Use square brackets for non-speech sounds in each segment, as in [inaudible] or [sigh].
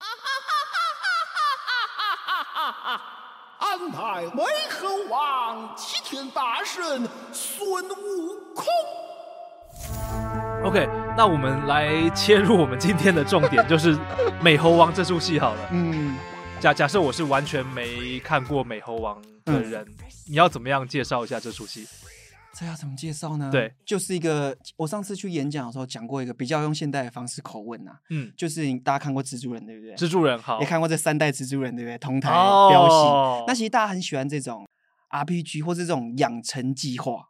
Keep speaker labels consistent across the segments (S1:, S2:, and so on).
S1: [laughs] 俺乃为侯王齐天大圣孙悟空。
S2: OK，那我们来切入我们今天的重点，
S3: [laughs]
S2: 就是《美猴王》这出戏好了。
S3: 嗯，
S2: 假假设我是完全没看过《美猴王》的人，
S3: 嗯
S2: 你要怎么样介绍一下这出戏？
S3: 这要怎么介绍呢？
S2: 对，
S3: 就是一个我上次去演讲的时候讲过一个比较用现代的方式口吻啊，
S2: 嗯，
S3: 就是你大家看过蜘蛛人对不对？
S2: 蜘蛛人好
S3: 也，看过这三代蜘蛛人对不对？同台
S2: 哦
S3: 飙戏，那其实大家很喜欢这种 RPG 或是这种养成
S2: [laughs]
S3: 计划，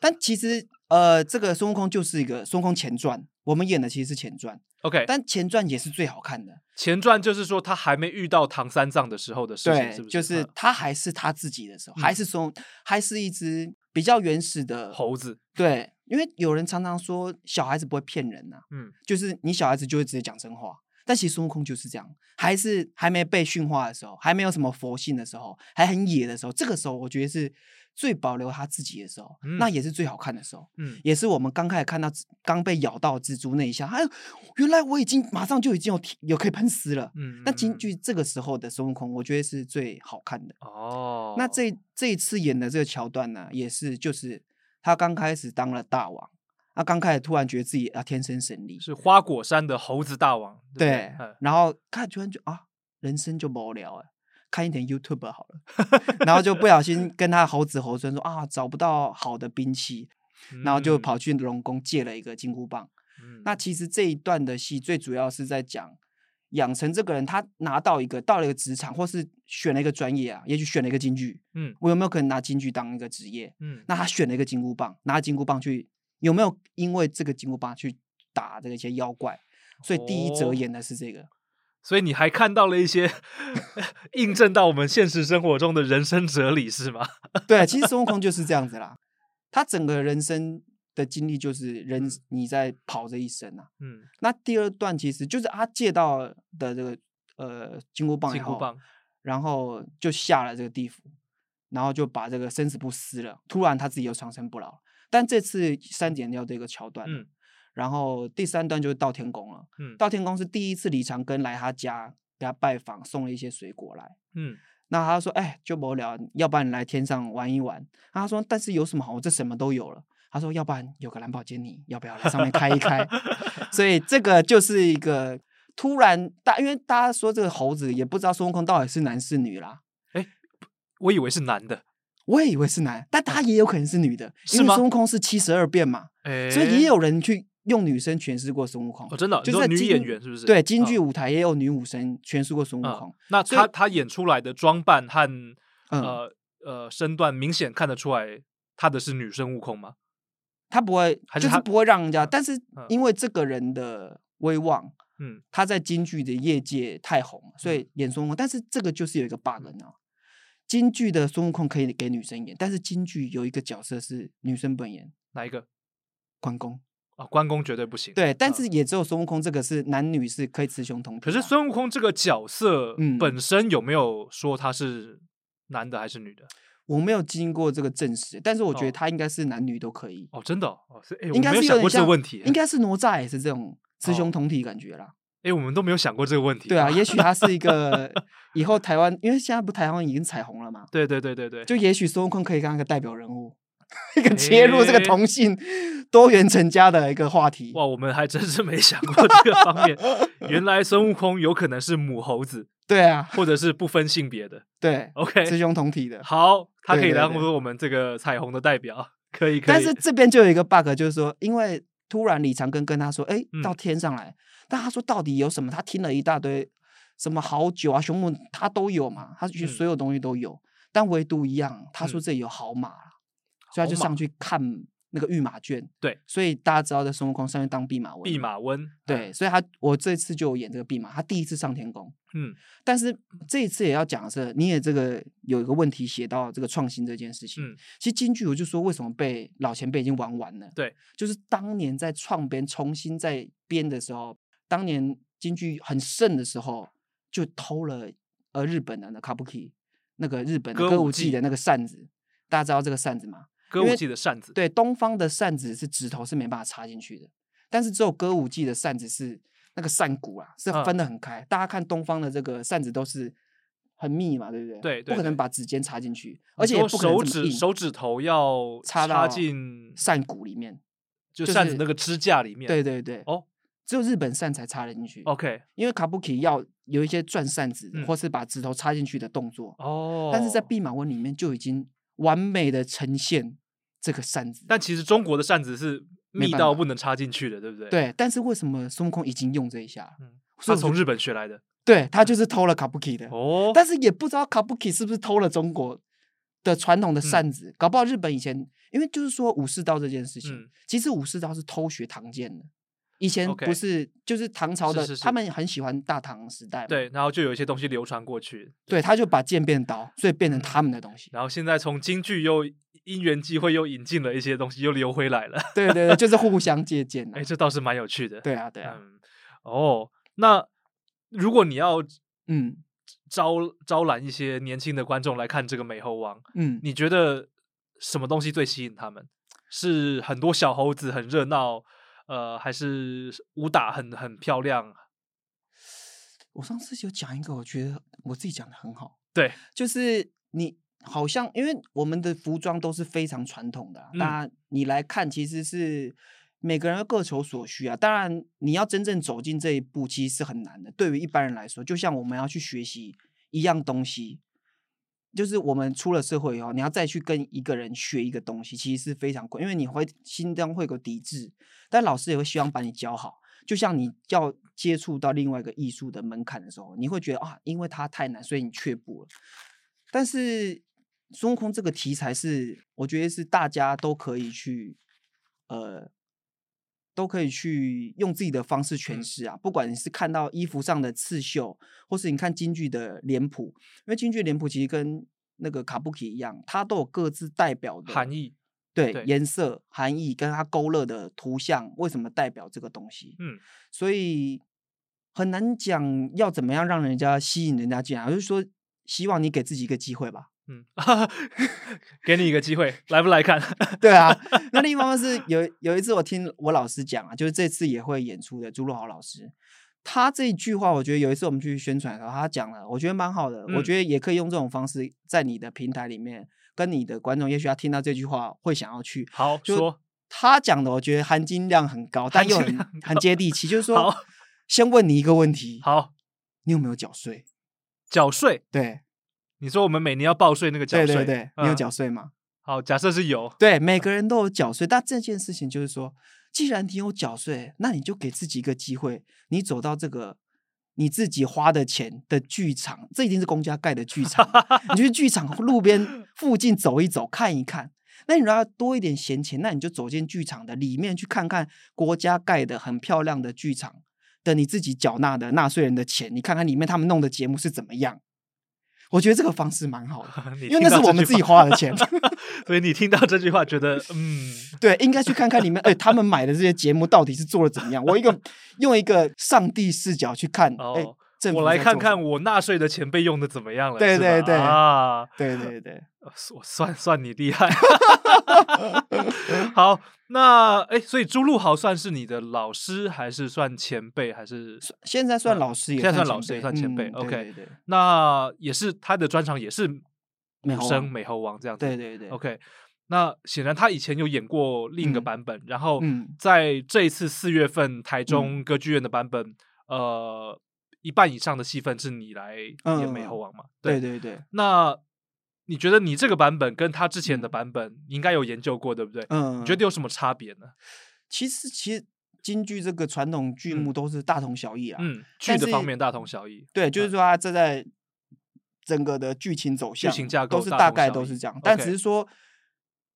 S3: 但其实呃，这个孙悟空就是一个孙悟空前传，我们演的其实是前传，
S2: OK，
S3: 但前传也是最好看的。
S2: 前传就是说他还没遇到唐三藏的时候的事情，
S3: 对，
S2: 是不是？
S3: 就是
S2: 嗯
S3: 他还是他自己的时候，
S2: 嗯
S3: 还是说还是一只比较原始的
S2: 猴子，
S3: 对，因为有人常常说小孩子不会骗人呐、
S2: 嗯，
S3: 就是你小孩子就会直接讲真话。但其实孙悟空就是这样，还是还没被驯化的时候，还没有什么佛性的时候，还很野的时候，这个时候我觉得是最保留他自己的时候，那
S2: 嗯
S3: 也是最好看的时候，
S2: 嗯，
S3: 也是我们刚开始看到刚被咬到蜘蛛那一下，哎呦，原来我已经马上就已经有有可以喷丝了。
S2: 嗯，
S3: 那
S2: 嗯
S3: 京
S2: 嗯
S3: 剧这个时候的孙悟空，我觉得是最好看的。
S2: 哦，
S3: 那这这一次演的这个桥段呢，也是就是他刚开始当了大王，他刚开始突然觉得自己啊天生神力，
S2: 是花果山的猴子大王，对不
S3: 对
S2: 对，嗯，
S3: 然后看突然就啊人生就无聊了。看一点 YouTube 好了，
S2: [laughs]
S3: 然后就不小心跟他猴子猴孙说啊找不到好的兵器，然后就
S2: 嗯
S3: 跑，去龙宫借了一个金箍棒。
S2: 嗯
S3: 那其实这一段的戏最主要是在讲养成这个人，他拿到一个到了一个职场，或是选了一个专业啊，也许选了一个京剧，
S2: 嗯
S3: 我有没有可能拿京剧当一个职业？
S2: 嗯，
S3: 那他选了一个金箍棒，拿金箍棒去有没有因为这个金箍棒去打这个一些妖怪？所以第一则
S2: 哦
S3: 演的是这个，
S2: 所以你还看到了一 [laughs] 些印证到我们现实生活中的人生哲理是吗？
S3: 对，其实孙悟空就是这样子啦，他整个人生的经历就是人你在跑这一生啊。
S2: 嗯， [laughs]
S3: 那第二段其实就是他借到的这个呃金箍棒以
S2: 金箍
S3: 后，
S2: 棒，
S3: 然后就下了这个地府，然后就把这个生死簿撕了。突然他自己又长生不老了，但这次删减掉这个桥段了，
S2: 嗯
S3: 然后第三段就是到天宫了。
S2: 嗯
S3: 到天宫是第一次李长庚来他家给他拜访，送了一些水果来。
S2: [laughs] 嗯，
S3: 那他说：“哎，就无聊，要不然你来天上玩一玩。”他说：“但是有什么好？我这什么都有了。”他说：“要不然有个兰博基尼，要不要来上面开一开？”所以这个就是一个突然大，因为大家说这个猴子也不知道孙悟空到底是男是女啦。
S2: 我以为是男的，
S3: 我也以为是男，但他也有可能是女的，
S2: 是
S3: 因为
S2: 吗
S3: 孙悟空是七十二变嘛，
S2: 哎，
S3: 所以也有人去用女生诠释过孙悟空。
S2: 哦，真的，
S3: 就
S2: 你说
S3: 在
S2: 女
S3: 京
S2: 演员是不是？
S3: 对，京剧
S2: 嗯
S3: 舞台也有女武神诠释过孙悟空
S2: 嗯。，那
S3: 所以
S2: 他他演出来的装扮和
S3: 嗯，
S2: 呃呃身段，明显看得出来他的是女生悟空吗？
S3: 他不会，
S2: 还是
S3: 就是
S2: 他
S3: 不会让人家，但是
S2: 嗯
S3: 因为这个人的威望，
S2: 嗯，
S3: 他在京剧的业界太红了，所以演孙悟空。但是这个就是有一个 bug 呢，京剧的孙悟空可以给女生演，但是京剧有一个角色是女生不能演，
S2: 哪一个？
S3: 关公。
S2: 啊，关公绝对不行。
S3: 对，但
S2: 嗯
S3: 是也只有孙悟空这个是男女是可以雌雄同体
S2: 可
S3: 啊。
S2: 是孙悟空这个角色
S3: 嗯
S2: 本身有没有说他是男的还是女的？
S3: 我没有经过这个证实，但是我觉
S2: 哦
S3: 得他应该是男女都可以，
S2: 哦，真的哦，哦所以哎，我
S3: 应该
S2: 没有
S3: 是
S2: 想
S3: 有点
S2: 过这个
S3: 像
S2: 问题，
S3: 应该是哪吒也是这种雌雄
S2: 哦
S3: 同体感觉啦。
S2: 哎，我们都没有想过这个问题。
S3: 对啊，也许他是
S2: [laughs]
S3: 一个以后台湾，因为现在不台湾已经彩虹了嘛，
S2: 对对对对对，
S3: 就也许孙悟空可以当一个代表人物， [laughs] 一个切入这个
S2: 诶
S3: 同性多元成家的一个话题。
S2: 哇，我们还真是没想过这个方面。原来孙悟空有可能是母猴子，
S3: 对啊，
S2: 或者是不分性别的。
S3: 对，雌
S2: OK，
S3: 雄同体的。
S2: 好，他可以
S3: 对对
S2: 当
S3: 对
S2: 做我们这个彩虹的代表，可以可以。
S3: 但是这边就有一个 bug，就是说，因为突然李长庚跟他说：“哎、
S2: 嗯
S3: 到天上来。但他说到底有什么？他听了一大堆，什么好酒啊、熊木，他都有嘛，他就
S2: 嗯
S3: 所有东西都有，但唯独一样，他说
S2: 嗯
S3: 这里有好马啦所以他就
S2: 好马
S3: 上去看那个御马圈。
S2: 对，
S3: 所以大家知道，在孙悟空上去当弼马温。
S2: 弼，马温，
S3: 对，所以他我这次就有演这个弼马，他第一次上天宫。
S2: 嗯，
S3: 但是这一次也要讲的是，你也这个有一个问题写到这个创新这件事情。
S2: 嗯
S3: 其实京剧我就说为什么被老前辈已经玩完了，
S2: 对，
S3: 就是当年在创编重新在编的时候，当年京剧很盛的时候，就偷了呃日本的那卡布奇那个日本的
S2: 歌
S3: 歌
S2: 舞
S3: 舞伎
S2: 伎
S3: 的那个扇子，大家知道这个扇子吗？
S2: 歌
S3: 因
S2: 舞
S3: 为
S2: 伎的扇子，
S3: 对，东方的扇子是指头是没办法插进去的，但是只有歌舞伎的扇子是那个扇骨啊，是
S2: 嗯
S3: 分得很开。大家看东方的这个扇子都是很密嘛，对不对？
S2: 对对
S3: 不可能
S2: 对
S3: 把指尖插进去，而且
S2: 你
S3: 也不
S2: 说手
S3: 可能这么
S2: 指
S3: 硬
S2: 手指头要
S3: 插
S2: 插
S3: 到
S2: 进
S3: 扇骨里面。
S2: 就
S3: 就
S2: 扇子
S3: 是
S2: 那个支架里面。
S3: 对对对，
S2: 哦
S3: 只有日本扇才插得进去，
S2: ，OK，
S3: 因为卡布奇要有一些转扇子
S2: 嗯
S3: 或是把指头插进去的动作，
S2: 哦，
S3: 但是在弼马温里面就已经完美的呈现这个扇子。
S2: 但其实中国的扇子是
S3: 没
S2: 密
S3: 办
S2: 到
S3: 法
S2: 不能插进去的，对不对？，
S3: 对，但是为什么孙悟空已经用这一下了？
S2: 嗯他
S3: 所以我
S2: 从
S3: 就
S2: 日本学来的。
S3: 对他就是偷了卡布奇的，
S2: 哦，
S3: 但是也不知道卡布奇是不是偷了中国的传
S2: 嗯
S3: 统的扇子，搞不好日本以前因为就是说武士刀这件事情，
S2: 嗯
S3: 其实武士刀是偷学唐剑的。以前
S2: OK
S3: 不是就是唐朝
S2: 是
S3: 的，
S2: 是是
S3: 他们很喜欢大唐时代嘛，
S2: 对，然后就有一些东西流传过去，
S3: 对，他就把剑变刀，所以变
S2: 嗯
S3: 成他们的东西。
S2: 然后现在从京剧又因缘际会又引进了一些东西，又流回来了。 [laughs]
S3: 对对对，就是互相借鉴、啊
S2: 哎，。这倒是蛮有趣的。，
S3: 对啊对啊，
S2: 嗯，哦，那如果你要
S3: 嗯
S2: 招招揽一些年轻的观众来看这个美猴王，
S3: 嗯，
S2: 你觉得什么东西最吸引他们？是很多小猴子很热闹，呃，还是武打很很漂亮？
S3: 我上次有讲一个，我觉得我自己讲的很好，
S2: 对，
S3: 就是你好像因为我们的服装都是非常传统的啊、
S2: 嗯
S3: 那你来看其实是。每个人各求所需啊，当然你要真正走进这一步其实是很难的。对于一般人来说，就像我们要去学习一样东西，就是我们出了社会以后，你要再去跟一个人学一个东西，其实是非常困，因为你会心中会有个抵制，但老师也会希望把你教好。就像你要接触到另外一个艺术的门槛的时候，你会觉得啊，因为它太难，所以你却步了。但是孙悟空这个题材是，我觉得是大家都可以去，呃，都可以去用自己的方式诠
S2: 嗯
S3: 释啊。不管你是看到衣服上的刺绣，或是你看京剧的脸谱，因为京剧脸谱其实跟那个卡布奇一样，它都有各自代表的
S2: 含义，
S3: 对
S2: 对
S3: 颜色含义跟它勾勒的图像为什么代表这个东西，
S2: 嗯，
S3: 所以很难讲要怎么样让人家吸引人家进来，我就是说希望你给自己一个机会吧。 [laughs]
S2: 嗯， [laughs] 给你一个机会，来不来看？ [laughs]
S3: 对啊，那另一方面是有有一次我听我老师讲啊，就是这次也会演出的朱露豪老师。他这一句话，我觉得有一次我们去宣传的时候，他讲了，我觉得蛮好的。我
S2: 嗯
S3: 觉得也可以用这种方式，在你的平台里面跟你的观众，也许他听到这句话会想要去
S2: 好
S3: 就
S2: 说，
S3: 他讲的我觉得含金量很高，但
S2: 含
S3: 又
S2: 金
S3: 很
S2: 量很
S3: 很
S2: 高
S3: 接地气。就是说
S2: 好，
S3: 先问你一个问题：
S2: 好，
S3: 你有没有缴税？
S2: 缴税。
S3: 对
S2: 你说我们每年要报税那个缴
S3: 对
S2: 税，
S3: 对对，你有
S2: 嗯
S3: 缴税吗？
S2: 好，假设是有， [laughs]
S3: 对，每个人都有缴税，但这件事情就是说，既然你有缴税，那你就给自己一个机会，你走到这个你自己花的钱的剧场，这一定是公家盖的
S2: [laughs]
S3: 剧场，你去剧场路边附近走一走，看一看。那你如果要多一点闲钱，那你就走进剧场的里面去看看国家盖的很漂亮的剧场的你自己缴纳的纳税人的钱，你看看里面他们弄的节目是怎么样。我觉得这个方式蛮好的，
S2: [laughs] 你
S3: 因为
S2: 听
S3: 那
S2: 到
S3: 是
S2: 这
S3: 我们
S2: 句
S3: 自己
S2: 话
S3: 花的钱。
S2: 所以你听到这句话，觉
S3: [laughs]
S2: 得嗯，
S3: 对，应该去看看里面，哎、他们买的这些节目到底是做的怎么样？我一个用一个上帝视角去看，哎、
S2: 哦
S3: 政
S2: 我
S3: 府
S2: 来
S3: 在
S2: 看
S3: 做
S2: 看
S3: 什么，
S2: 我纳税的钱被用的怎么样了。
S3: 对
S2: 是吧
S3: 对对
S2: 啊，
S3: 对
S2: [laughs]
S3: 对对，
S2: 呃我算算你厉害。 [laughs] 好，那哎，所以朱露豪算是你的老师，还是算前辈，还是
S3: 现在算
S2: 嗯
S3: 老师也
S2: 现在算
S3: 前
S2: 老师也
S3: 辈
S2: 算前辈
S3: 嗯
S2: OK
S3: 对对对
S2: 那也是他的专场也是
S3: 美
S2: 武
S3: 猴
S2: 生
S3: 王
S2: 美猴王这样子。
S3: 对对对
S2: OK，那显然他以前有演过另一个
S3: 嗯
S2: 版本，然后
S3: 嗯
S2: 在这一次四月份台中歌剧院的版本，呃，一半以上的戏份是你来演美
S3: 嗯嗯
S2: 猴王嘛？
S3: 对对对，
S2: 那你觉得你这个版本跟他之前的
S3: 嗯
S2: 版本，你应该有研究过，对不对？
S3: 嗯，
S2: 你觉得有什么差别呢？
S3: 其实其实京剧这个传统剧
S2: 嗯
S3: 目都是大同小异啊啦，
S2: 嗯，剧
S3: 但
S2: 的方
S3: 是
S2: 面大同小异，
S3: 对，就是说它这在整个的剧情走向、
S2: 情架构
S3: 都是
S2: 大
S3: 大
S2: 同
S3: 概
S2: 小
S3: 都
S2: 异
S3: 是这样，但
S2: OK
S3: 只是说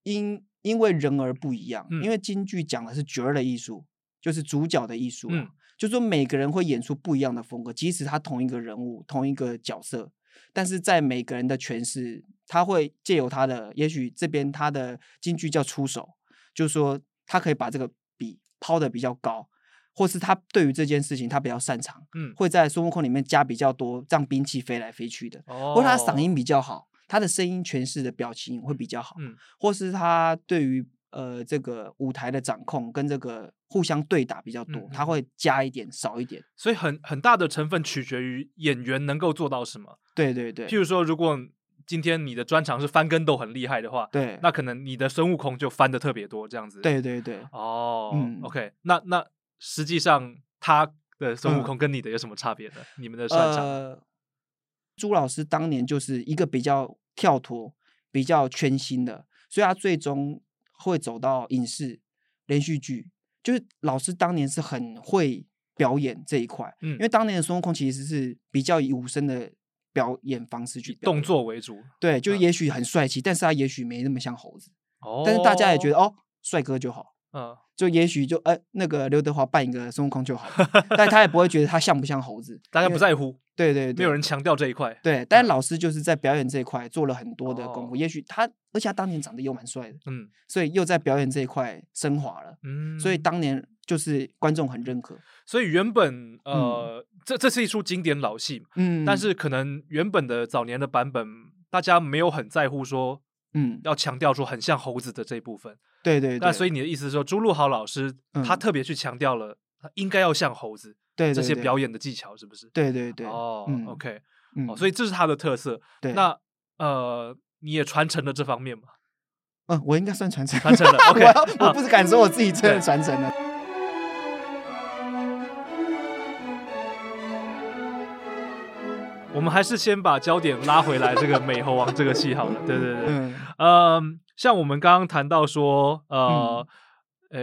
S3: 因因为人而不一样，
S2: 嗯
S3: 因为京剧讲的是角儿的艺术，就是主角的艺术啊、
S2: 嗯
S3: 就说每个人会演出不一样的风格，即使他同一个人物、同一个角色，但是在每个人的诠释，他会借由他的，也许这边他的京剧叫出手，就是说他可以把这个笔抛得比较高，或是他对于这件事情他比较擅长，
S2: 嗯，
S3: 会在孙悟空里面加比较多让兵器飞来飞去的，
S2: 哦
S3: 或者他嗓音比较好，他的声音诠释的表情会比较好，
S2: 嗯
S3: 或是他对于呃这个舞台的掌控跟这个互相对打比较多
S2: 嗯，
S3: 他
S2: 嗯
S3: 会加一点少一点。
S2: 所以很很大的成分取决于演员能够做到什么。
S3: 对对对
S2: 譬，如说，如果今天你的专长是翻跟斗很厉害的话， [laughs]
S3: 对，
S2: 那可能你的孙悟空就翻的特别多这样子。，
S3: 对对对，
S2: 哦、
S3: 嗯
S2: o k 那那实际上他的孙悟
S3: 嗯
S2: 空跟你的有什么差别呢？你们的擅长、
S3: 呃，朱老师当年就是一个比较跳脱、比较全新的，所以他最终会走到影视连续剧。就是老师当年是很会表演这一块，
S2: 嗯
S3: 因为当年的孙悟空其实是比较以武生的表演方式去
S2: 以
S3: 表
S2: 动
S3: 演，
S2: 作为主，
S3: 对，就
S2: 嗯
S3: 也许很帅气，但是他也许没那么像猴子，
S2: 哦，
S3: 但是大家也觉得，哦，帅哥就好。
S2: 嗯，
S3: 就也许就呃那个刘德华扮一个孙悟空就好
S2: [laughs]
S3: 了，但他也不会觉得他像不像猴子，
S2: 大家
S3: 因
S2: 不
S3: 为
S2: 在乎，
S3: 对对对，
S2: 没有人强调这一块，
S3: 对，
S2: 嗯
S3: 但是老师就是在表演这一块做了很多的功夫。
S2: 哦
S3: 也许他，而且他当年长得又蛮帅的，
S2: 嗯
S3: 所以又在表演这一块升华了。
S2: 嗯，
S3: 所以当年就是观众很认可。
S2: 所以原本呃，这这是一出经典老戏嘛，
S3: 嗯，
S2: 但是可能原本的早年的版本，大家没有很在乎说
S3: 嗯，
S2: 要强调说很像猴子的这一部分。
S3: 对对对，
S2: 那所以
S3: 以
S2: 你的意思是说，朱露豪老师他
S3: 嗯
S2: 特别去强调了，他应该要像猴子
S3: 对
S2: 这些表
S3: 演，
S2: 演的技巧，是不是？
S3: 对对对，
S2: 哦
S3: 嗯
S2: ，OK，
S3: 嗯
S2: 哦，所以这是他的特色。
S3: 对，
S2: 那呃，你也传承了这方面嘛？
S3: 嗯，我应该算传承，
S2: 传承了
S3: [laughs] 我
S2: ，OK，
S3: 要我
S2: 啊
S3: 不是敢说我自己真
S2: 对
S3: 的传承了。
S2: 我们还是先把焦点拉回来这个《美猴王》这个戏好了。对对对，
S3: 嗯，
S2: 嗯，像我们刚刚谈到说，呃，呃，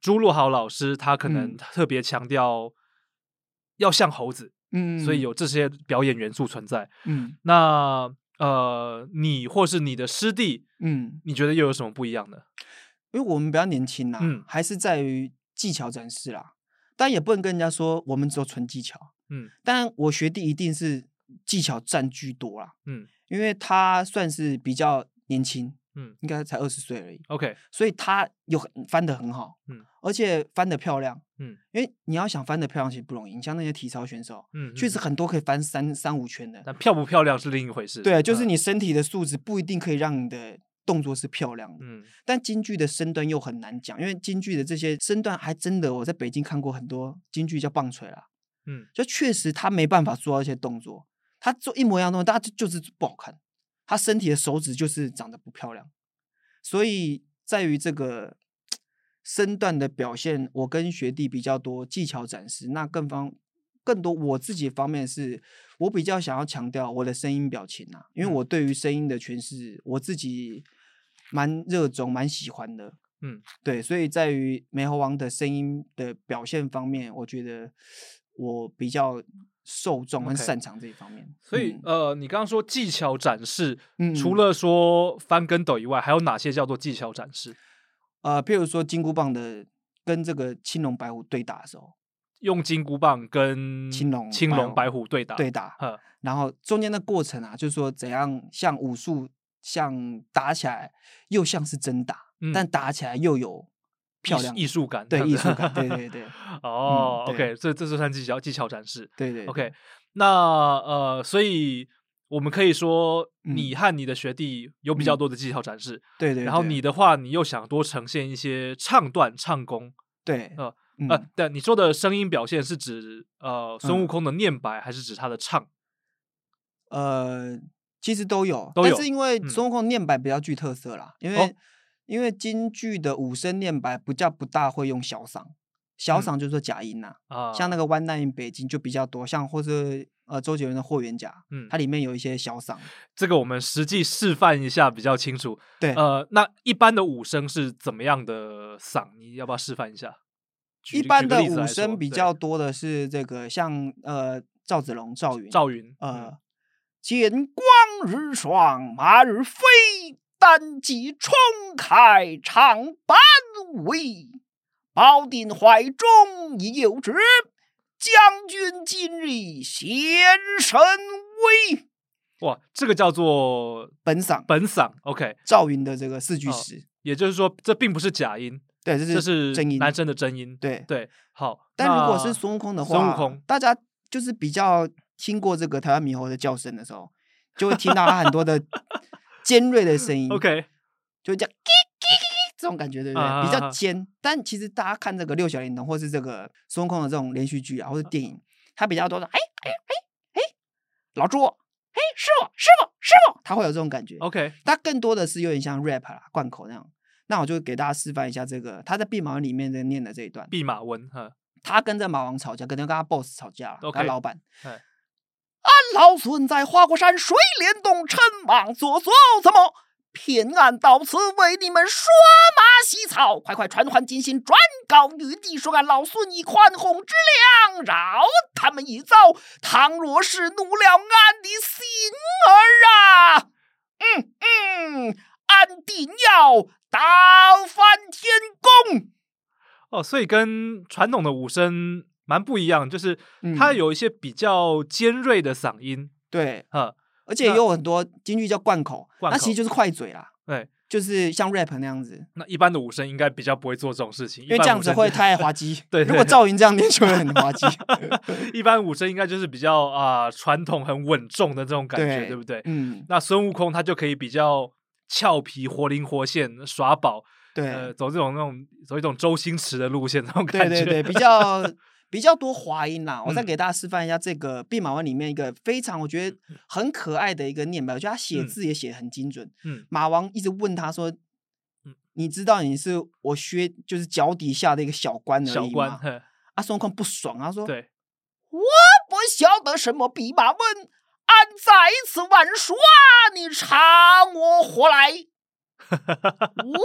S2: 朱露豪老师他可能
S3: 嗯
S2: 特别强调要像猴子，
S3: 嗯，
S2: 所以有这些表演元素存在。
S3: 嗯
S2: 那呃，你或是你的师弟，
S3: 嗯，
S2: 你觉得又有什么不一样呢？
S3: 因为我们比较年轻啦，
S2: 嗯
S3: 还是在于技巧展示啦，但也不能跟人家说我们只有纯技巧，
S2: 嗯
S3: 当然我学弟一定是技巧占居多啦，
S2: 嗯
S3: 因为他算是比较年轻，
S2: 嗯
S3: 应该才二十岁而已，
S2: ，OK，
S3: 所以他有很翻得很好，
S2: 嗯，
S3: 而且翻得漂亮，
S2: 嗯，
S3: 因为你要想翻得漂亮其实不容易，你像那些体操选手，
S2: 嗯，
S3: 确实
S2: 嗯，
S3: 很多可以翻三三五圈的，
S2: 但漂不漂亮是另一回事。
S3: 对，啊就是
S2: 嗯，
S3: 你身体的素质不一定可以让你的动作是漂亮的，
S2: 嗯
S3: 但京剧的身段又很难讲，因为京剧的这些身段还真的，我在北京看过很多京剧叫棒槌啦，
S2: 嗯，
S3: 就确实他没办法做到一些动作，他做一模一样的动作，但他就就是不好看，他身体的手指就是长得不漂亮，所以在于这个身段的表现，我跟学弟比较多技巧展示，那更方更多我自己方面是，我比较想要强调我的声音表情啊，因为
S2: 嗯
S3: 我对于声音的诠释，我自己蛮热衷、蛮喜欢的。
S2: 嗯，
S3: 对，所以在于美猴王的声音的表现方面，我觉得我比较受众跟
S2: OK
S3: 擅长这一方面。
S2: 所以
S3: 嗯
S2: 呃，你刚刚说技巧展示，
S3: 嗯
S2: 除
S3: 嗯
S2: 了说翻跟斗以外，还有哪些叫做技巧展示？
S3: 呃，譬如说金箍棒的跟这个青龙白虎对打的时候，
S2: 用金箍棒跟
S3: 青龙
S2: 青
S3: 白
S2: 龙
S3: 虎
S2: 白虎对打，
S3: 对打，
S2: 嗯，
S3: 然后中间的过程啊，就是说怎样像武术，像打起来又像是真打，
S2: 嗯
S3: 但打起来又有漂
S2: 艺
S3: 亮
S2: 艺术感，
S3: 对
S2: 这样
S3: 艺
S2: 子
S3: 术感对对对
S2: [laughs] 哦、
S3: 嗯
S2: o
S3: 对
S2: k 这这就算技巧技巧展示。
S3: 对对
S2: OK，那呃，所以我们可以说，
S3: 嗯
S2: 你和你的学弟有比较
S3: 嗯
S2: 多的技巧展示，
S3: 对对，
S2: 然后
S3: 对
S2: 你的话，你又想多呈现一些唱段、唱功。
S3: 对
S2: 呃
S3: 嗯
S2: 呃，但你说的声音表现是指呃孙悟
S3: 嗯
S2: 空的念白，还是指他的唱？
S3: 呃，其实都有，
S2: 都有
S3: 但是因为
S2: 嗯
S3: 孙悟空念白比较具特色啦，因为、
S2: 哦
S3: 因为京剧的武生念白比较不大会用小嗓，小
S2: 嗯
S3: 嗓就是说假音呐、
S2: 啊、
S3: 像那个《湾难in 北京》就比较多，像或是呃周杰伦的《霍元甲》，
S2: 嗯
S3: 它里面有一些小嗓，
S2: 这个我们实际示范一下比较清楚。
S3: 对，
S2: 呃，那一般的武生是怎么样的嗓？你要不要示范一下？举
S3: 一
S2: 举
S3: 般
S2: 个
S3: 的
S2: 例子来
S3: 武
S2: 说
S3: 生比
S2: 对
S3: 较多的是这个像呃赵子龙、赵云、
S2: 赵云，嗯
S3: 呃，见光日爽，马日飞，单骑冲开长坂围。宝鼎怀中已有旨，将军今日显神
S2: 嗯
S3: 威。
S2: 哇，这个叫做
S3: 本嗓
S2: 本嗓，OK，
S3: 赵云的这个四句
S2: 哦
S3: 诗，
S2: 也就是说这并不是假音，
S3: 对，这
S2: 这
S3: 是
S2: 是
S3: 真音，
S2: 男生的真音，
S3: 对。
S2: 对，好。
S3: 但如果
S2: 那
S3: 是孙悟空的话，
S2: 孙悟空，
S3: 大家就是比较听过这个台
S2: [laughs]
S3: 湾猕猴的叫声的时候，就会听到他很多的尖锐的声音。
S2: ，OK，
S3: 就这样，叽叽叽叽这种感觉，对不对？比
S2: 啊啊
S3: 较
S2: 啊
S3: 尖。但其实大家看这个六小龄童，或是这个孙悟空的这种连续剧啊，或是电影，它比较多的，哎哎哎哎，老朱，哎师傅师傅师傅，他会有这种感觉。
S2: OK，
S3: 它更多的是有点像 rap 啦，贯口那样。那我就给大家示范一下这个他在《弼马温》里面在念的这一段。
S2: 弼马温，嗯哈，
S3: 他跟这马王吵架，可能跟他 boss 吵架，跟他
S2: OK
S3: 老板。
S2: 哎
S3: 俺老孙在花果山水帘洞称王做做怎么？偏俺到此为你们刷马洗草，快快传唤金星，转告玉帝，说俺老孙以宽宏之量饶他们一遭。倘若是怒了俺的心儿啊，嗯嗯，俺定要打翻天宫。
S2: 哦，所以跟传统的武生蛮不一样，就是它
S3: 嗯
S2: 有一些比较尖锐的嗓音，
S3: 对，
S2: 哈，
S3: 而且也
S2: 那
S3: 有很多京剧叫贯口，
S2: 贯
S3: 那其
S2: 口
S3: 实就是快嘴啦，
S2: 对，
S3: 就是像 rap 那样子，
S2: 那一般的武生应该比较不会做这种事情，。
S3: 因为这样子会太滑稽
S2: 对
S3: 如果
S2: 对
S3: 赵云这样念就会很滑稽。
S2: [laughs] 一般武生应该就是比较啊、传统很稳重的这种感觉，对
S3: 对
S2: 不对？
S3: 嗯，
S2: 那孙悟空他就可以比较俏皮、活灵活现、耍宝，呃，
S3: 对，
S2: 走这种那种走一种周星驰的路线，那种
S3: 对
S2: 感觉。
S3: 对对，比
S2: [laughs]
S3: 较比较多滑音啦。我再
S2: 嗯
S3: 给大家示范一下这个《弼马温》里面一个非常我觉得很可爱的一个念白，我觉得他写
S2: 嗯
S3: 字也写得很精准。
S2: 嗯
S3: 马王一直问他说
S2: 嗯。
S3: 你知道你是我薛，就是脚底下的一个小官而已
S2: 小官，
S3: 吗
S2: 呵
S3: 啊，孙悟空不爽，他说：“
S2: 对，
S3: 不晓得什么弼马温，俺在此玩耍，你查我活
S2: [laughs]
S3: 来！我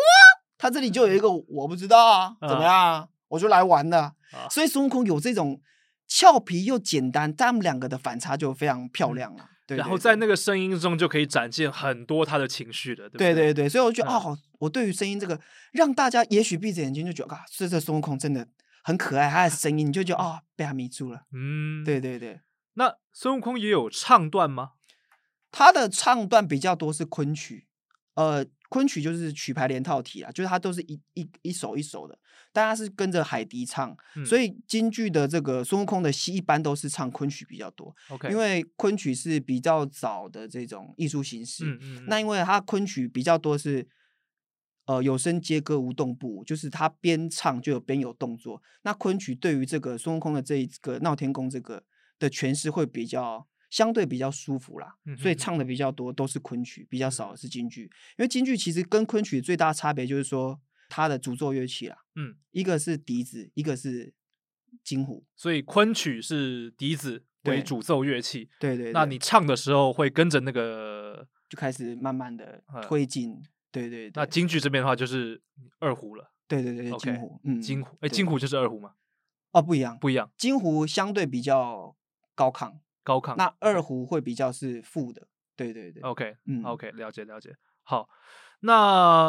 S3: 他这里就有一个我不知道啊，怎么
S2: 嗯
S3: 样啊？我就来玩的
S2: 啊。
S3: 所以孙悟空有这种俏皮又简单，但他们两个的反差就非常漂亮了。对，
S2: 嗯然
S3: 对
S2: 后在
S3: 对
S2: 那个声音中就可以展现很多他的情绪了，对不
S3: 对
S2: 对
S3: 对对，所以我就觉得
S2: 嗯
S3: 哦，我对于声音这个，让大家也许闭着眼睛就觉得啊，这这孙悟空真的很可爱，他的声音你就觉得啊、被他迷住了。
S2: 嗯，
S3: 对。对对。
S2: 那孙悟空也有唱段吗？
S3: 他的唱段比较多是昆曲，呃，昆曲就是曲牌连套体啊，就是它都是一一一首一首的，但它是跟着海笛唱，
S2: 嗯
S3: 所以京剧的这个孙悟空的戏一般都是唱昆曲比较多，
S2: OK，
S3: 因为昆曲是比较早的这种艺术形式。
S2: 嗯嗯，
S3: 那因为它昆曲比较多是。呃，有声接歌无动步，就是他边唱就有边有动作。那昆曲对于这个孙悟空的这一个闹天宫这个的诠释会比较相对比较舒服啦，
S2: 嗯
S3: 所以
S2: 哼嗯
S3: 唱的比较多都是昆曲，比较少的是京剧。因为京剧其实跟昆曲最大的差别就是说它的主奏乐器啦，
S2: 嗯，
S3: 一个是笛子，一个是金胡。
S2: 所以昆曲是笛子为
S3: 对
S2: 主奏乐器，
S3: 对对对，
S2: 那你唱的时候会跟着那个。
S3: 就开始慢慢的
S2: 呃
S3: 推进。对对对，
S2: 那京剧这边的话就是二胡了，
S3: 对对对对
S2: OK，
S3: 金胡，嗯，
S2: 京胡，哎，
S3: 对
S2: 京胡就是二胡嘛，
S3: 哦不一样，
S2: 不一样，
S3: 金胡相对比较高亢，
S2: 高亢。
S3: 那二胡会比较是负的。对对对，
S2: OK，
S3: 嗯
S2: OK，了解了解。好，那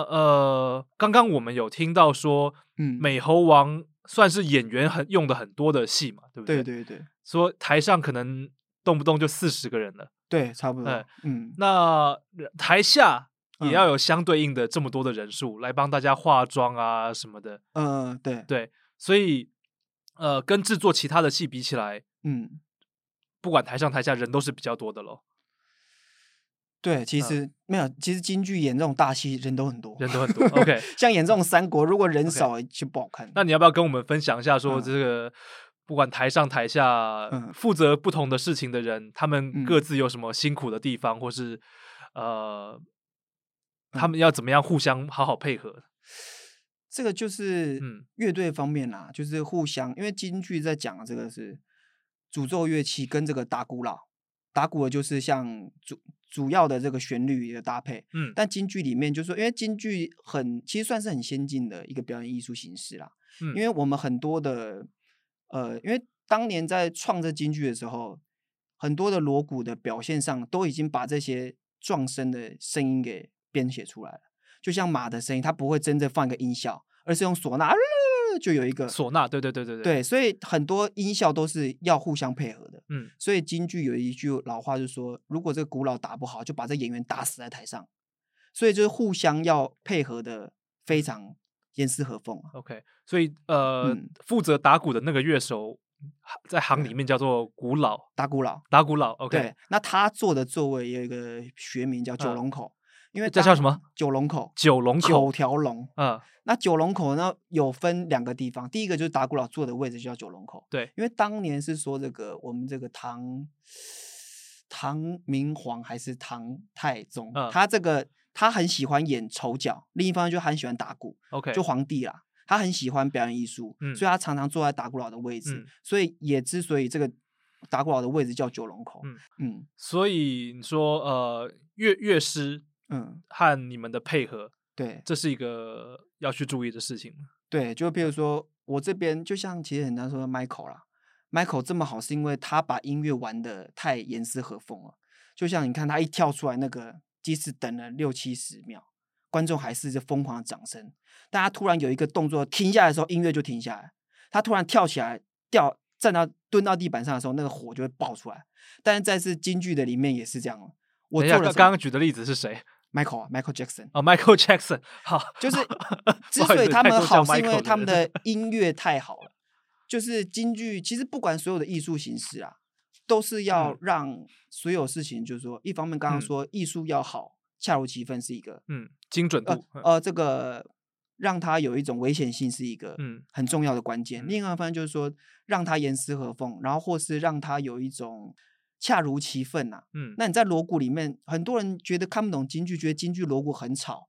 S2: 呃，刚刚我们有听到说，
S3: 嗯
S2: 美猴王算是演员很用的很多的戏嘛，对不
S3: 对
S2: 对
S3: 对对
S2: 说台上可能动不动就四十个人了，
S3: 对，差不
S2: 哎
S3: 多。嗯，
S2: 那呃台下也要
S3: 嗯
S2: 有相对应的这么多的人数、来帮大家化妆啊什么的，
S3: 呃，对，
S2: 对，所以呃，跟制作其他的戏比起来，
S3: 嗯。
S2: 不管台上台下人都是比较多的喽，
S3: 对，其实、没有，其实京剧演这种大戏人都很多，
S2: 嗯人都很多
S3: [laughs]
S2: OK
S3: 像演这种三国，如果人
S2: OK
S3: 少就不好看。
S2: 那你要不要跟我们分享一下，说
S3: 嗯
S2: 这个、不管台上台下、
S3: 嗯
S2: 负责不同的事情的人，他们
S3: 嗯
S2: 各自有什么辛苦的地方，或是呃，
S3: 嗯
S2: 他们要怎么样互相好好配合？
S3: 这个就是
S2: 嗯
S3: 乐队方面啦，就是互相，因为京剧在讲的这个是主奏乐器跟这个打鼓佬，打鼓的就是像主主要的这个旋律的搭配。
S2: 嗯，
S3: 但京剧里面就是说，因为京剧很其实算是很先进的一个表演艺术形式啦，
S2: 嗯
S3: 因为我们很多的呃，因为当年在创这京剧的时候，很多的锣鼓的表现上都已经把这些撞声的声音给编写出来了。就像马的声音，它不会真正放一个音效，而是用唢呐啊就有一个
S2: 唢呐，对对对对对，
S3: 呃对，所以很多音效都是要互相配合的。
S2: 嗯，
S3: 所以京剧有一句老话，就说如果这个鼓佬打不好，就把这演员打死在台上。所以就是互相要配合的
S2: 嗯
S3: 非常严丝合缝啊。
S2: OK，所以呃，
S3: 嗯
S2: 负责打鼓的那个乐手在行里面叫做鼓佬，
S3: 打鼓佬
S2: 打鼓佬。OK，
S3: 对，那他坐的座位也有一个学名叫九
S2: 嗯
S3: 龙口，因为
S2: 这叫什么？
S3: 九龙口，
S2: 九龙
S3: 九
S2: 口，
S3: 条龙。
S2: 嗯，
S3: 那九龙口呢，有分两个地方，第一个就是达古老坐的位置就叫九龙口，
S2: 对，
S3: 因为当年是说这个我们这个唐唐明皇还是唐太宗，
S2: 嗯
S3: 他这个他很喜欢演丑角，另一方面就很喜欢打鼓，
S2: OK，
S3: 就皇帝啦，他很喜欢表演艺术，
S2: 嗯
S3: 所以他常常坐在达古老的位置，
S2: 嗯
S3: 所以也之所以这个达古老的位置叫九龙口，
S2: 嗯
S3: 嗯
S2: 所以你说呃，乐乐师
S3: 嗯，
S2: 和你们的配合，
S3: 对
S2: 这是一个要去注意的事情。
S3: 对，就比如说我这边，就像其实很难说的 Michael 啦，Michael 这么好是因为他把音乐玩的太严丝合缝了，就像你看他一跳出来那个，即使等了六七十秒。观众还是这疯狂的掌声，但他突然有一个动作停下来的时候，音乐就停下来。他突然跳起来，掉站到蹲到地板上的时候，那个火就会爆出来。但是在是京剧的里面也是这样哦。我
S2: 等一
S3: 做
S2: 下，
S3: 了
S2: 刚
S3: 什么
S2: 刚举的例子是谁？
S3: Michael 啊，Michael Jackson，
S2: 哦，Michael Jackson。好， [laughs]
S3: 就是之
S2: 不好意
S3: 所以
S2: 思
S3: 他
S2: 太
S3: 们
S2: 多
S3: 好，
S2: 像
S3: 是因
S2: Michael
S3: 为他们
S2: 人
S3: 的音乐太好了。就是京剧，其实不管所有的艺术形式啊，都是要
S2: 嗯
S3: 让所有事情，就是说，一方面刚刚
S2: 嗯
S3: 说艺术要好，恰如其分是一个，
S2: 嗯，精准
S3: 呃
S2: 度，嗯
S3: 呃，这个让它有一种危险性是一个
S2: 嗯
S3: 很重要的关键。
S2: 嗯
S3: 另外一方面就是说，让它严丝合缝，然后或是让它有一种恰如其分呐、啊
S2: 嗯，
S3: 那你在锣鼓里面，很多人觉得看不懂京剧，觉得京剧锣鼓很吵。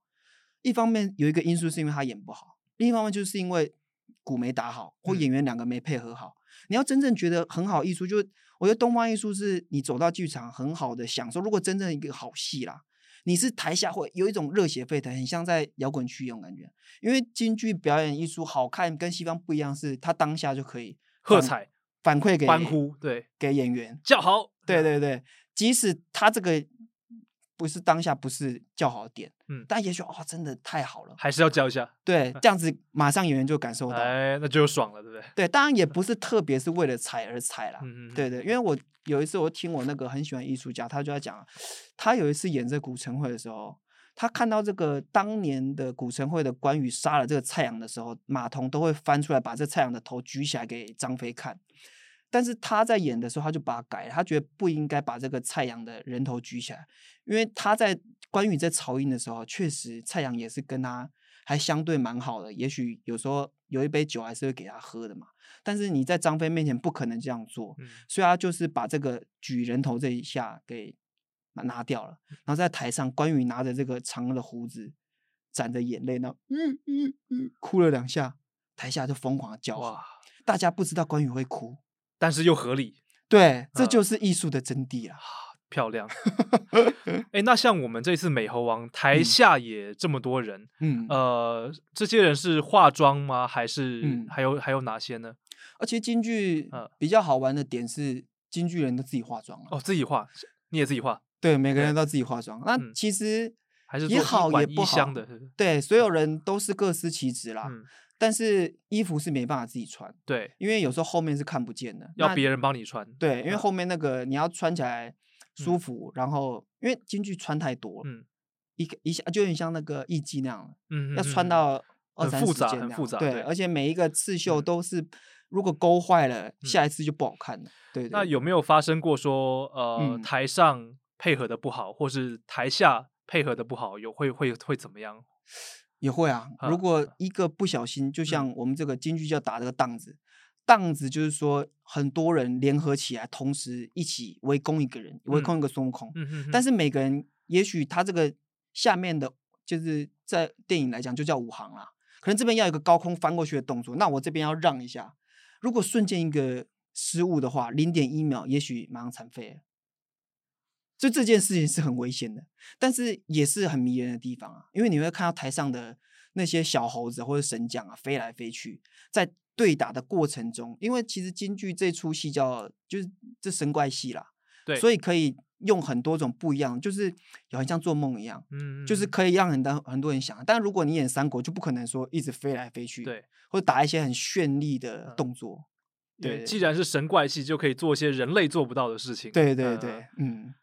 S3: 一方面有一个因素是因为他演不好，另一方面就是因为鼓没打好，或
S2: 嗯
S3: 演员两个没配合好。你要真正觉得很好艺术，就我觉得东方艺术是你走到剧场很好的享受。如果真正一个好戏啦，你是台下会有一种热血沸腾，很像在摇滚区一种感觉。因为京剧表演艺术好看跟西方不一样，是它当下就可以
S2: 喝
S3: 反
S2: 彩、
S3: 反馈给
S2: 欢呼，对，
S3: 给演员，
S2: 叫好，
S3: 对对对，即使他这个不是当下不是较好的点，
S2: 嗯
S3: 但也许哦，真的太好
S2: [laughs]
S3: 了，
S2: 还是要叫一下，
S3: 对，这样子马上演员就感受到，
S2: 哎，那就爽了，对不对？
S3: 对，当然也不是特别是为了踩而踩啦，
S2: 嗯嗯，嗯
S3: 对对，因为我有一次我听我那个很喜欢艺术家，他就在讲，他有一次演这古城会的时候，他看到这个当年的古城会的关羽杀了这个蔡阳的时候，马童都会翻出来把这蔡阳的头举起来给张飞看。但是他在演的时候，他就把它改了，他觉得不应该把这个蔡阳的人头举起来，因为他在关羽在曹营的时候，确实蔡阳也是跟他还相对蛮好的，也许有时候有一杯酒还是会给他喝的嘛。但是你在张飞面前不可能这样做，
S2: 嗯
S3: 所以他就是把这个举人头这一下给拿拿掉了，
S2: 嗯
S3: 然后在台上，关羽拿着这个长的胡子，攒着眼泪，然后嗯嗯嗯哭了两下，台下就疯狂的叫
S2: 哇
S3: 喊，，大家不知道关羽会哭，
S2: 但是又合理，
S3: 对，这
S2: 嗯
S3: 就是艺术的真谛啊，
S2: 漂
S3: [laughs]
S2: 亮。哎，那像我们这次美猴王台
S3: 嗯
S2: 下也这么多人，
S3: 嗯，
S2: 呃，这些人是化妆吗？还是
S3: 嗯
S2: 还有还有哪些呢？
S3: 而且京剧
S2: 嗯
S3: 比较好玩的点是，京剧人都自己化妆了，
S2: 哦，自己画，你也自己画，
S3: 对，每个
S2: 对
S3: 人都自己化妆，那
S2: 嗯
S3: 其实
S2: 还是
S3: 也
S2: 做一
S3: 好也
S2: 碗
S3: 不
S2: 一
S3: 好啊
S2: 箱的，是不是
S3: 对，所有人都是各司其职啦，
S2: 嗯，
S3: 但是衣服是没办法自己穿。
S2: 对，
S3: 因为有时候后面是看不见的，
S2: 要
S3: 那
S2: 别人帮你穿，
S3: 对，因为
S2: 嗯
S3: 后面那个你要穿起来舒
S2: 嗯
S3: 服，然后因为京剧穿太多了，
S2: 嗯
S3: 一个一下就有点像那个艺伎那样，
S2: 嗯，嗯
S3: 要穿
S2: 嗯嗯
S3: 到二
S2: 很
S3: 三
S2: 复
S3: 十
S2: 杂
S3: 件
S2: 很
S3: 那
S2: 复
S3: 样
S2: 杂对
S3: 对，而且每一个刺绣
S2: 嗯
S3: 都是如果勾坏了，下一次就不好看了。对，
S2: 那
S3: 对
S2: 有没有发生过说，呃，
S3: 嗯
S2: 台上配合的不好，或是台下配合的不好，有会会会怎么样？
S3: 也会啊，
S2: 啊
S3: 如果一个不小心，
S2: 嗯
S3: 就像我们这个京剧叫打这个档子。档子就是说，很多人联合起来，同时一起围攻一个人，围
S2: 嗯
S3: 攻一个孙悟空。
S2: 嗯哼
S3: 但
S2: 是
S3: 是每个人也许他这个下面的，就是在电影来讲就叫武行啦，可能这边要有一个高空翻过去的动作，那我这边要让一下。如果瞬间一个失误的话，零点一秒，也许马上残废了。就这件事情是很危险的，但是也是很迷人的地方啊，因为你会看到台上的那些小猴子或者神将啊，飞来飞去，在对打的过程中，因为其实京剧这出戏叫就是这神怪戏啦，
S2: 对，
S3: 所
S2: 以
S3: 以可以用很多种不一样，就是有很像做梦一样，
S2: 嗯，
S3: 就是
S2: 嗯
S3: 可以让很多很多人想。但如果你演三国，就不可能说一直飞来飞去，，
S2: 对嗯
S3: 或者打一些很绚丽的动作。
S2: 对，
S3: 对
S2: 既然是神怪系，就可以做一些人类做不到的事情。
S3: 对对
S2: 呃
S3: 对，嗯，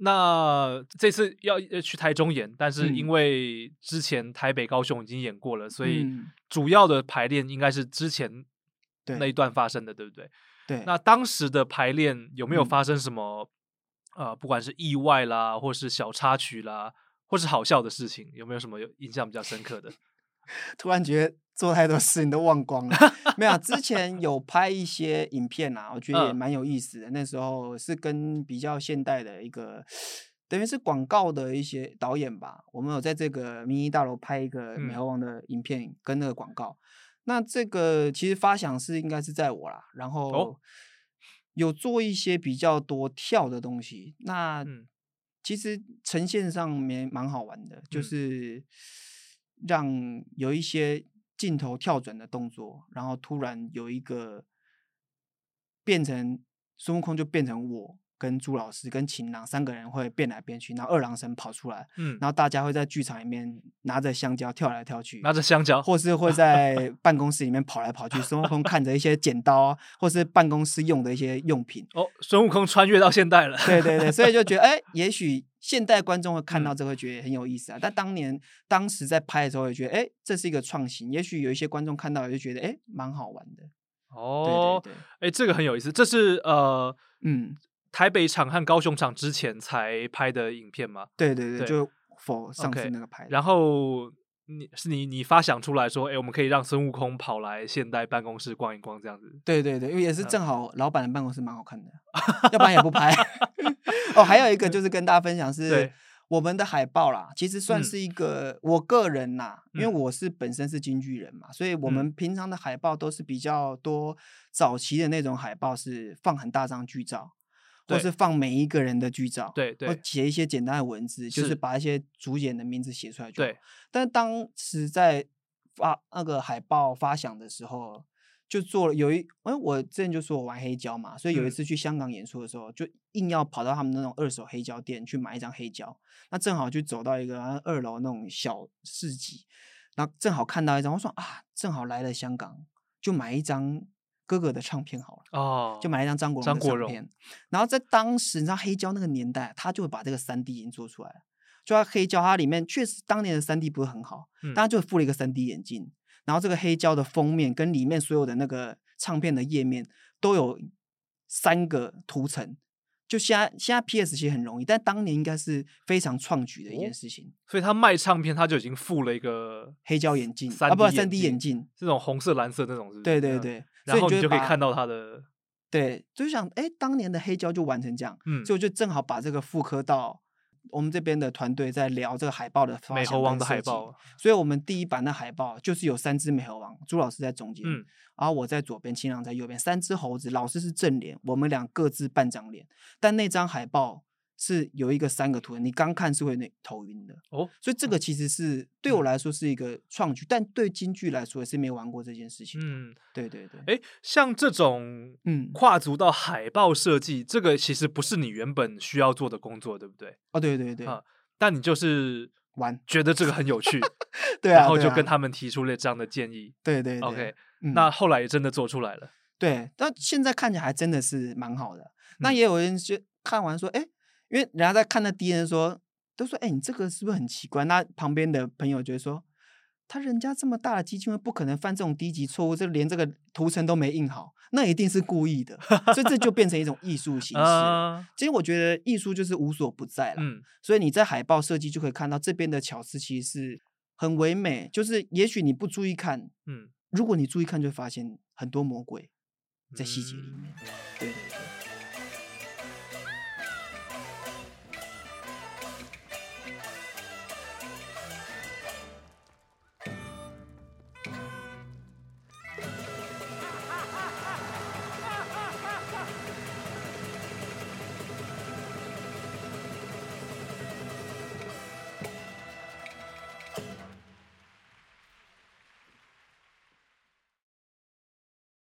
S2: 那这次要呃去台中演，但是因
S3: 嗯
S2: 为之前台北、高雄已经演过了，所以
S3: 嗯
S2: 主要的排练应该是之前
S3: 对
S2: 那一段发生的，对不对？
S3: 对，
S2: 那当时的排练有没有
S3: 嗯
S2: 发生什么、呃，不管是意外啦，或是小插曲啦，或是好笑的事情，有没有什么有印象比较深刻的？
S3: 突然觉得做太多事你都忘光了。没有啊，之前有拍一些影片啊，我觉得也
S2: 嗯
S3: 蛮有意思的。那时候是跟比较现代的一个，等于是广告的一些导演吧，我们有在这个民意大楼拍一个美
S2: 嗯
S3: 猴王的影片跟那个广告。那这个其实发想是应该是在我啦，
S2: 哦
S3: 然后有做一些比较多跳的东西。那
S2: 嗯
S3: 其实呈现上面蛮好玩的，就
S2: 嗯
S3: 是让有一些镜头跳转的动作，然后突然有一个变成孙悟空就变成我跟朱老师跟秦朗三个人会变来变去，然后二郎神跑出来，
S2: 嗯，
S3: 然后大家会在剧场里面拿着香蕉跳来跳去，
S2: 拿着香蕉，
S3: 或是会在办公室里面跑来跑去，孙悟空看着一些剪刀啊，或是办公室用的一些用品。
S2: 哦，孙悟空穿越到现代了，
S3: 对对对，所以就
S2: [laughs]
S3: 觉得，哎，也许现代观众会看到
S2: 嗯
S3: 这，会觉得很有意思啊。但当年当时在拍的时候，也觉得，哎，这是一个创新。也许有一些观众看到，就觉得，哎，蛮好玩的。
S2: 哦
S3: 对，对对，
S2: 哎，这个很有意思，这是呃
S3: 嗯，
S2: 台北场和高雄场之前才拍的影片吗？
S3: 对对对，
S2: 对
S3: 就否上
S2: OK，
S3: 次那个拍的。
S2: 然后你是你你发想出来说，哎，我们可以让孙悟空跑来现代办公室逛一逛这样子。
S3: 对对对，因为也
S2: 嗯
S3: 是正好老板的办公室蛮好看的，要不然也不拍。 [laughs] 哦，还有一个
S2: [laughs]
S3: 就是跟大家分享是
S2: 对
S3: 我们的海报啦，其实算
S2: 嗯
S3: 是一个、我个人呐，因为
S2: 嗯
S3: 我是本身是京剧人嘛，所以我
S2: 嗯
S3: 们平常的海报都是比较多早期的那种海报，是放很大张剧照，或
S2: 对
S3: 是放每一个人的剧照，
S2: 对
S3: 或
S2: 对
S3: 写一些简单的文字，就是
S2: 是
S3: 把一些主演的名字写出来就好
S2: 对，
S3: 但当时在发那个海报发想的时候，就做了有一，因为我之前就说我玩黑胶嘛，所以有一
S2: 嗯
S3: 次去香港演出的时候，就硬要跑到他们那种二手黑胶店去买一张黑胶，那正好就走到一个啊二楼那种小市集，然后正好看到一张，我说啊，正好来了香港，就买一张哥哥的唱片好了。
S2: 哦，
S3: 就买了一张张国荣
S2: 张
S3: 的
S2: 国
S3: 唱
S2: 荣
S3: 片。然后在当时，你知道黑胶那个年代，他就把这个三 D 已经做出来了。就它黑胶，它里面确实当年的三 D 不是很好，
S2: 嗯
S3: 但它就附了一个三 D 眼镜。然后这个黑胶的封面跟里面所有的那个唱片的页面都有三个图层。就现在，现在 PS 其实很容易，但当年应该是非常创举的
S2: 哦
S3: 一件事情。
S2: 所以他卖唱片，他就已经附了一个
S3: 黑胶眼镜
S2: 3
S3: 啊不
S2: D
S3: 3 D 眼镜，
S2: 这种红色、蓝色那种是不是？
S3: 对对
S2: 嗯。
S3: 对，所
S2: 然后
S3: 以
S2: 你就可以
S3: 把
S2: 看到他的，
S3: 对，就想哎，诶当年的黑胶就玩成这样，
S2: 嗯
S3: 所以我就正好把这个复刻到我们这边的团队在聊这个海报的发
S2: 美
S3: 想
S2: 猴
S3: 跟
S2: 王的
S3: 设
S2: 海
S3: 计
S2: 报，
S3: 所以我们第一版的海报就是有三只美猴王，朱老师在中间，
S2: 嗯，
S3: 然后我在左边，青朗在右边，三只猴子，老师是正脸，我们俩各自半张脸，但那张海报是有一个三个图案，你刚看是会有点头晕的，
S2: 哦，
S3: 所以这个其实是对
S2: 嗯
S3: 我来说是一个创举，但对京剧来说也是没玩过这件事情，
S2: 嗯，
S3: 对对对，
S2: 哎，像这种
S3: 嗯
S2: 跨足到海报设计，这个其实不是你原本需要做的工作，对不对？
S3: 哦对对对，
S2: 啊但你就是
S3: 玩，
S2: 觉得这个很有趣，
S3: [laughs] 对啊，
S2: 然后
S3: 对
S2: 就
S3: 啊
S2: 跟他们提出了这样的建议。
S3: 对对对
S2: OK，
S3: 嗯
S2: 那后来也真的做出来了，
S3: 对，但现在看起来还真的是蛮好的。那
S2: 嗯
S3: 也有人就看完说，哎、因为人家在看那 D N 说，都说，哎、你这个是不是很奇怪？那旁边的朋友就会说，他人家这么大的基金会不可能犯这种低级错误，这连这个图层都没印好，那一定是故意的。所以这就变成一种艺术形式了。
S2: 啊，
S3: 其实我觉得艺术就是无所不在了。
S2: 嗯，
S3: 所以你在海报设计就可以看到这边的巧思其实是很唯美，就是也许你不注意看，
S2: 嗯，
S3: 如果你注意看，就会发现很多魔鬼在细节里
S2: 嗯
S3: 面。对对对。